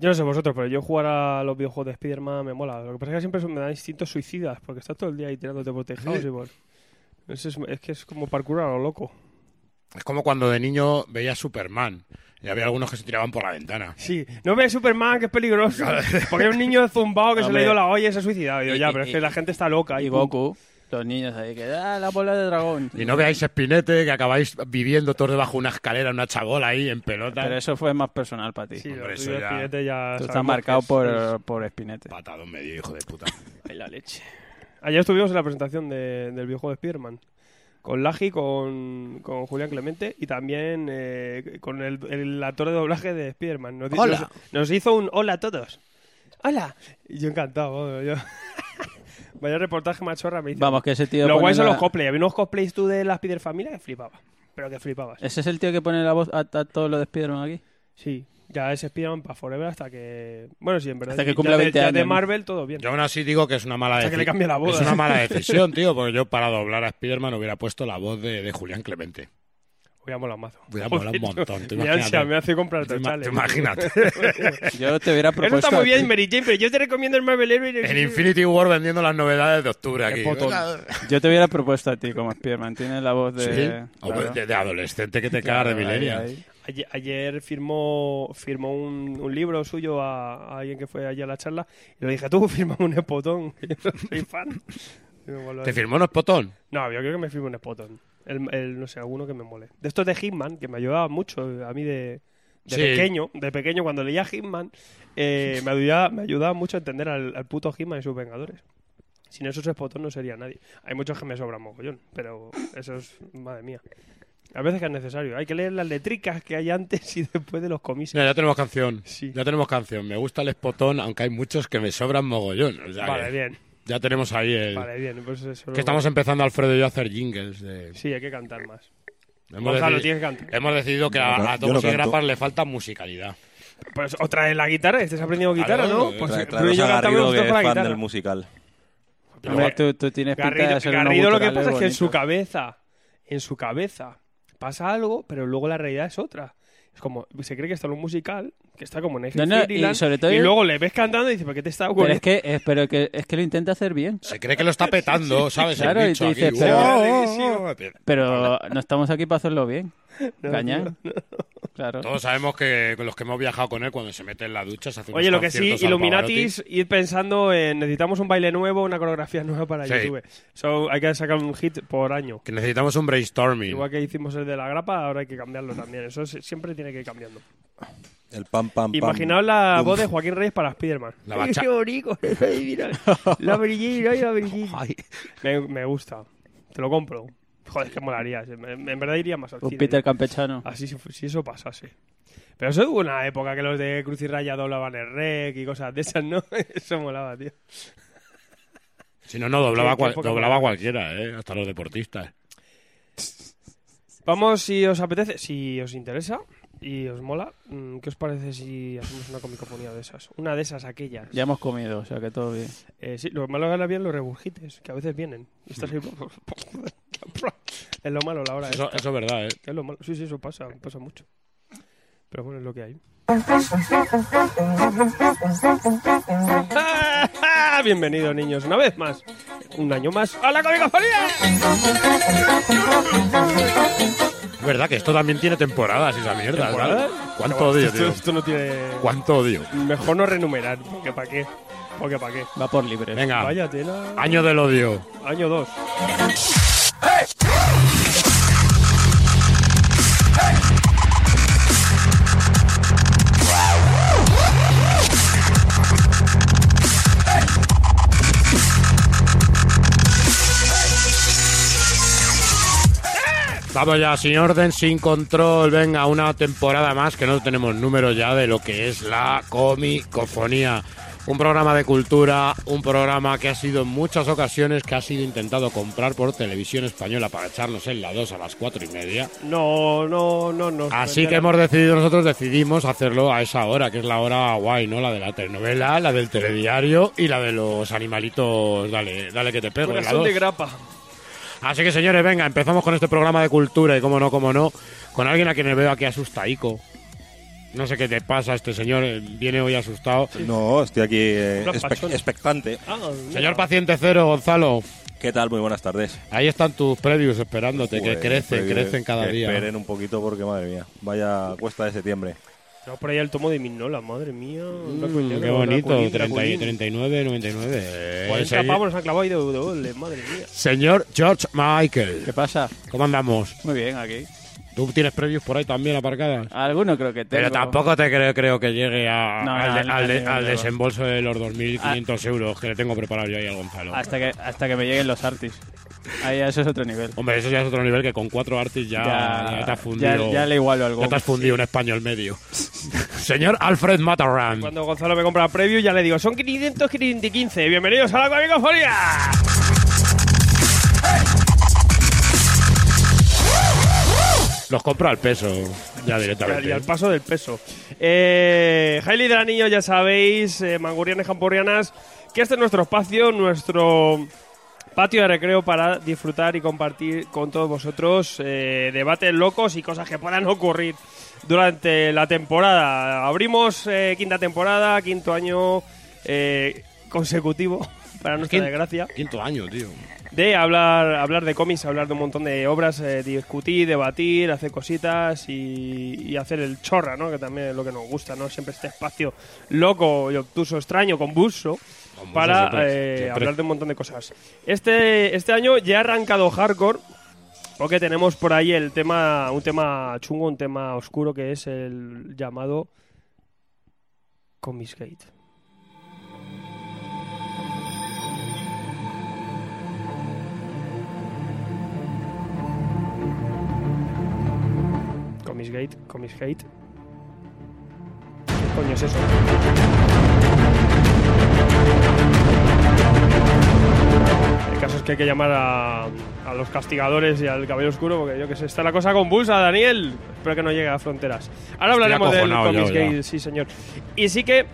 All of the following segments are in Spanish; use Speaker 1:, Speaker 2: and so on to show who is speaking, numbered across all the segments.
Speaker 1: Yo no sé vosotros, pero yo jugar a los videojuegos de Spider-Man me mola. Lo que pasa es que siempre me da instintos suicidas, porque estás todo el día ahí tirándote por tejados y por... Es, es- es que es como parkour a lo loco.
Speaker 2: Es como cuando de niño veía Superman y había algunos que se tiraban por la ventana.
Speaker 1: Sí, no ve Superman, que es peligroso. Porque hay un niño zumbado que se le
Speaker 3: Hombre.
Speaker 1: ha ido la olla y se ha suicidado. Y yo,
Speaker 3: Y-
Speaker 1: ya,
Speaker 3: y-
Speaker 1: pero es
Speaker 3: y-
Speaker 1: que la gente está loca.
Speaker 3: Y
Speaker 1: punto.
Speaker 3: Goku, los niños ahí, que da la bola de dragón.
Speaker 2: Y no veáis Espinete, que acabáis viviendo todos debajo de una escalera, en una chabola ahí, en pelota.
Speaker 3: Pero eso fue más personal para ti.
Speaker 1: Sí,
Speaker 2: Hombre,
Speaker 1: los
Speaker 2: eso
Speaker 1: vídeos
Speaker 2: ya-
Speaker 1: Spinete ya
Speaker 3: Tú estás
Speaker 1: sabemos
Speaker 3: marcado
Speaker 1: que es-
Speaker 3: por, por Espinete.
Speaker 2: Patadón me dio, hijo de puta.
Speaker 3: Ay, la leche.
Speaker 1: Ayer estuvimos en la presentación de- del videojuego de Spider-Man. Con Laji, con, con Julián Clemente y también eh, con el, el actor de doblaje de Spider-Man. Nos, di-
Speaker 2: Hola.
Speaker 1: nos- nos hizo un hola a todos. Hola. Y yo encantado. vamos, yo- Vaya reportaje machorra me hizo.
Speaker 3: Vamos, que ese tío.
Speaker 1: Los
Speaker 3: pone
Speaker 1: guays son
Speaker 3: la-
Speaker 1: los cosplays. Había unos cosplays tú de la Spider-Familia que flipaba. Pero que flipabas.
Speaker 3: ¿Ese es el tío que pone la voz a, a todos los de Spiderman aquí?
Speaker 1: Sí. Ya es Spider-Man para Forever hasta que... Bueno, sí, en verdad.
Speaker 3: Hasta que
Speaker 1: ya
Speaker 3: cumpla
Speaker 1: de-
Speaker 3: 20
Speaker 1: ya de
Speaker 3: años, ¿no?
Speaker 1: Marvel todo bien.
Speaker 2: Yo aún así digo que es una mala
Speaker 1: Hasta que le
Speaker 2: decisión.
Speaker 1: cambie la boda.
Speaker 2: Es una mala decisión, tío, porque yo para doblar a Spiderman hubiera puesto la voz de, de Julián Clemente.
Speaker 1: Hubiera molado mazo.
Speaker 2: Hubiera molado un montón, tú
Speaker 1: Mi
Speaker 2: imagínate.
Speaker 1: ansia me hace comprar
Speaker 2: Tú ima-
Speaker 1: tochales.
Speaker 2: tú imagínate.
Speaker 3: Yo te hubiera
Speaker 1: Eso
Speaker 3: propuesto.
Speaker 1: está muy bien,
Speaker 3: a ti-
Speaker 1: Mary Jane, pero yo te recomiendo el Marvel Hero y
Speaker 2: en Infinity War vendiendo las novedades de octubre aquí.
Speaker 3: Yo te hubiera propuesto a ti como Spiderman. Tiene la voz
Speaker 2: Sí.
Speaker 3: de.
Speaker 2: Hombre,
Speaker 3: claro.
Speaker 2: de, de adolescente que te
Speaker 3: Claro,
Speaker 2: cagas de
Speaker 3: ahí,
Speaker 2: milenial.
Speaker 3: ahí.
Speaker 1: Ayer, ayer firmó, firmó un, un libro suyo a, a alguien que fue allí a la charla y le dije, tú firma un espotón, que yo no soy fan. Y me voló a
Speaker 2: ¿Te
Speaker 1: decir,
Speaker 2: firmó un espotón?
Speaker 1: no, yo creo que me firme un espotón. El, el, no sé, alguno que me mole. De estos de Hitman, que me ayudaba mucho a mí de, de
Speaker 2: Sí.
Speaker 1: pequeño. De pequeño, cuando leía Hitman, eh, me, ayudaba, me ayudaba mucho a entender al, al puto Hitman y sus Vengadores. Sin esos espotón no sería nadie. Hay muchos que me sobran mogollón, pero esos, madre mía. A veces que es necesario. Hay que leer las letricas que hay antes y después de los comisiones.
Speaker 2: Mira, ya tenemos canción.
Speaker 1: Sí.
Speaker 2: Ya tenemos canción. Me gusta el espotón, aunque hay muchos que me sobran mogollón. O sea
Speaker 1: Vale,
Speaker 2: que
Speaker 1: bien,
Speaker 2: Ya tenemos ahí el...
Speaker 1: vale, bien. Pues eso
Speaker 2: Que estamos empezando, Alfredo y yo, a hacer jingles. de-
Speaker 1: Sí, hay que cantar más.
Speaker 2: Hemos,
Speaker 1: Gonzalo,
Speaker 2: decidi-
Speaker 1: tienes que cantar.
Speaker 2: hemos decidido que
Speaker 4: Yo no
Speaker 2: a, a
Speaker 4: canto.
Speaker 2: Tomos
Speaker 4: Yo
Speaker 2: y
Speaker 4: no
Speaker 2: Grapas
Speaker 4: canto.
Speaker 2: le falta musicalidad.
Speaker 1: Pues otra vez la guitarra. Este se ha aprendido guitarra,
Speaker 2: Claro,
Speaker 1: ¿no?
Speaker 2: eh.
Speaker 1: Pues Rubén
Speaker 4: Tra-
Speaker 1: y
Speaker 4: traeros
Speaker 1: yo
Speaker 4: a
Speaker 1: cantamos
Speaker 4: Garrido,
Speaker 1: nosotros
Speaker 4: que
Speaker 1: la
Speaker 4: es fan
Speaker 1: guitarra.
Speaker 4: del musical.
Speaker 3: Hombre, tú, tú tienes pinta
Speaker 1: Garrido,
Speaker 3: de ser unos
Speaker 1: Garrido lo que
Speaker 3: guturales
Speaker 1: pasa es que en su
Speaker 3: bonitos.
Speaker 1: cabeza, en su cabeza, pasa algo, pero luego la realidad es otra. Es como, se cree que está en un musical, que está como en
Speaker 3: No, no, y
Speaker 1: Fairyland,
Speaker 3: sobre todo-
Speaker 1: y luego le ves cantando y dices, ¿por qué te está
Speaker 3: Pero
Speaker 1: ocurriendo?
Speaker 3: es que, es, pero que, es que lo intenta hacer bien.
Speaker 2: Se cree que lo está petando, ¿sabes?
Speaker 3: Claro, y
Speaker 2: el
Speaker 3: tú
Speaker 2: bicho aquí. "Uh,
Speaker 3: dices, pero-
Speaker 2: ¡Oh, oh, oh!
Speaker 3: Pero no estamos aquí para hacerlo bien. Cañán. Claro.
Speaker 2: Todos sabemos que con los que hemos viajado con él, cuando se mete en la ducha, se hace unos
Speaker 1: Oye, lo que sí,
Speaker 2: conciertos al
Speaker 1: Illuminatis, ir pensando en necesitamos un baile nuevo, una coreografía nueva para
Speaker 2: Sí.
Speaker 1: YouTube. So, hay que sacar un hit por año.
Speaker 2: Pavarotti, Que necesitamos un brainstorming.
Speaker 1: Igual que hicimos el de la grapa, ahora hay que cambiarlo también. Eso se- siempre tiene que ir cambiando.
Speaker 4: El pam, pam, pam.
Speaker 1: Imaginaos la
Speaker 4: Uf.
Speaker 1: voz de Joaquín Reyes para Spiderman.
Speaker 2: La bacha-
Speaker 1: ¡Qué bonito! Mira, la brillita, la brillita. Me, me gusta. Te lo compro. Joder, que molaría. Me- En verdad iría más al
Speaker 3: Un
Speaker 1: cine.
Speaker 3: Peter Campechano.
Speaker 1: Así si, fu- si eso pasase. Pero eso hubo una época que los de Cruz y Raya doblaban el rec y cosas de esas, ¿no? Eso molaba, tío.
Speaker 2: Si no, no, doblaba,
Speaker 1: Qué- qué
Speaker 2: cual-
Speaker 1: poca
Speaker 2: doblaba
Speaker 1: palabra.
Speaker 2: cualquiera, ¿eh? hasta los deportistas.
Speaker 1: Vamos, si os apetece, si os interesa y os mola, mm, ¿qué os parece si hacemos una comicoponía de esas? Una de esas, aquellas.
Speaker 3: Ya hemos comido, o sea que todo bien.
Speaker 1: Eh, sí, lo malo que ahora vienen los regurgites, que a veces vienen. Estás ahí- es lo malo la hora.
Speaker 2: Eso,
Speaker 1: esta,
Speaker 2: eso es verdad, ¿eh?
Speaker 1: que es lo malo. Sí, sí, eso pasa, pasa mucho. Pero bueno, es lo que hay. Bienvenidos, niños, una vez más, un año más a la comicofonía.
Speaker 2: Es verdad que esto también tiene temporadas y esa mierda.
Speaker 1: ¿Temporadas?
Speaker 2: ¿sabes? ¿Cuánto odio,
Speaker 1: Esto,
Speaker 2: tío?
Speaker 1: esto no tiene.
Speaker 2: ¿Cuánto odio?
Speaker 1: Mejor no renumerar, porque para qué. Porque para qué.
Speaker 3: Va por libre.
Speaker 2: Venga,
Speaker 1: Vaya tela.
Speaker 2: año del odio.
Speaker 1: Año 2.
Speaker 2: Vamos, Vamos ya, sin orden, sin control. Venga, una temporada más que no tenemos números ya de lo que es la comicofonía. Un programa de cultura, un programa que ha sido en muchas ocasiones que ha sido intentado comprar por televisión española para echarnos en la 2 a las 4 y media.
Speaker 1: No, no, no, no.
Speaker 2: Así que hemos decidido, nosotros decidimos hacerlo a esa hora, que es la hora guay, ¿no? La de la telenovela, la del telediario y la de los animalitos. Dale, dale que te pego. la
Speaker 1: Corazón de
Speaker 2: dos.
Speaker 1: grapa.
Speaker 2: Así que señores, venga, empezamos con este programa de cultura y como no, como no, con alguien a quien veo aquí asustaico. No sé qué te pasa, este señor eh, viene hoy asustado.
Speaker 4: No, estoy aquí eh,
Speaker 1: Una
Speaker 4: espe-
Speaker 1: pachona.
Speaker 4: expectante.
Speaker 1: Ah, mira.
Speaker 2: Señor paciente cero, Gonzalo,
Speaker 4: ¿Qué tal? Muy buenas tardes.
Speaker 2: ahí están tus previews esperándote,
Speaker 4: Joder,
Speaker 2: que crecen,
Speaker 4: espero que-
Speaker 2: crecen cada
Speaker 4: Pues, que
Speaker 2: día.
Speaker 4: Esperen un poquito porque, madre mía, vaya cuesta de septiembre.
Speaker 1: No, por ahí el tomo de Mignola, madre mía. Una
Speaker 2: Mm,
Speaker 1: coñada,
Speaker 2: qué bonito,
Speaker 1: Draculín,
Speaker 2: 30 y
Speaker 1: Draculín.
Speaker 2: 39, 99. eh,
Speaker 1: 40
Speaker 2: señor-
Speaker 1: pavos nos han clavado ahí de doble, madre mía.
Speaker 2: Señor George Michael,
Speaker 3: ¿Qué pasa?
Speaker 2: ¿cómo andamos?
Speaker 3: Muy bien, aquí.
Speaker 2: ¿Tú tienes previews por ahí también aparcadas?
Speaker 3: Alguno creo que tengo.
Speaker 2: Pero tampoco te creo, creo que llegue a-
Speaker 3: No,
Speaker 2: al,
Speaker 3: no,
Speaker 2: de-
Speaker 3: no,
Speaker 2: al de-
Speaker 3: no, Ah. no,
Speaker 2: al
Speaker 3: no.
Speaker 2: desembolso de los 2.500 euros que le tengo preparado yo ahí al Gonzalo.
Speaker 3: Hasta que, hasta que me lleguen los artis. Ahí ya eso es otro nivel.
Speaker 2: Hombre, eso ya es otro nivel que con cuatro artis ya, Ah, ya, te has fundido.
Speaker 3: ya- ya le igualo algo.
Speaker 2: ya te has fundido un español medio. Señor Alfred Matarran.
Speaker 1: Cuando Gonzalo me compra preview, ya le digo: son 515. Bienvenidos a la Comicofonía.
Speaker 2: Los compro al peso, ya directamente.
Speaker 1: Y al paso del peso. Eh, Hailey de la Niño, ya sabéis, eh, mangurianes, campurianas, que este es nuestro espacio, nuestro patio de recreo para disfrutar y compartir con todos vosotros eh, debates locos y cosas que puedan ocurrir durante la temporada. Abrimos eh, quinta temporada, quinto año eh, consecutivo, para nuestra
Speaker 2: Quin-
Speaker 1: desgracia
Speaker 2: Quinto año, tío.
Speaker 1: de hablar, hablar de cómics, hablar de un montón de obras, eh, discutir, debatir, hacer cositas y, y hacer el chorra, ¿no? Que también es lo que nos gusta, ¿no? Siempre este espacio loco y obtuso, extraño, convulso,
Speaker 2: Convulso
Speaker 1: para
Speaker 2: siempre,
Speaker 1: eh,
Speaker 2: siempre.
Speaker 1: hablar de un montón de cosas. Este, este año ya ha arrancado hardcore. Porque tenemos por ahí el tema, un tema chungo, un tema oscuro que es el llamado Comicsgate. Comicsgate, Comicsgate. ¿Qué coño es eso? El caso es que hay que llamar a, a los castigadores y al cabello oscuro, porque yo que sé, está la cosa convulsa, Daniel. Espero que no llegue a fronteras. Ahora
Speaker 2: Estoy
Speaker 1: hablaremos del
Speaker 2: acojonado ya,
Speaker 1: Comicsgate,
Speaker 2: ya.
Speaker 1: sí señor. Y sí que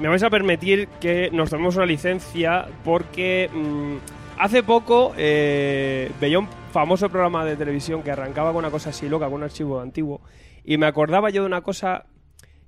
Speaker 1: me vais a permitir que nos tomemos una licencia porque mm, hace poco eh, veía un famoso programa de televisión que arrancaba con una cosa así loca, con un archivo antiguo, y me acordaba yo de una cosa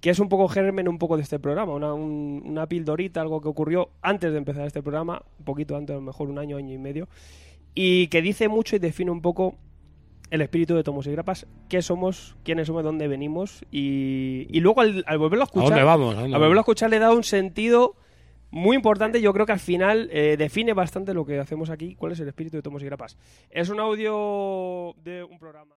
Speaker 1: que es un poco germen un poco de este programa, una, un- una pildorita, algo que ocurrió antes de empezar este programa, un poquito antes, a lo mejor un año, año y medio, y que dice mucho y define un poco el espíritu de Tomos y Grapas, qué somos, quiénes somos, dónde venimos, y, y luego al, al volverlo a
Speaker 2: ¿A
Speaker 1: escuchar...
Speaker 2: dónde vamos? ¿A dónde
Speaker 1: Al volverlo a escuchar le da un sentido muy importante. Yo creo que al final eh, define bastante lo que hacemos aquí, cuál es el espíritu de Tomos y Grapas. Es un audio de un programa.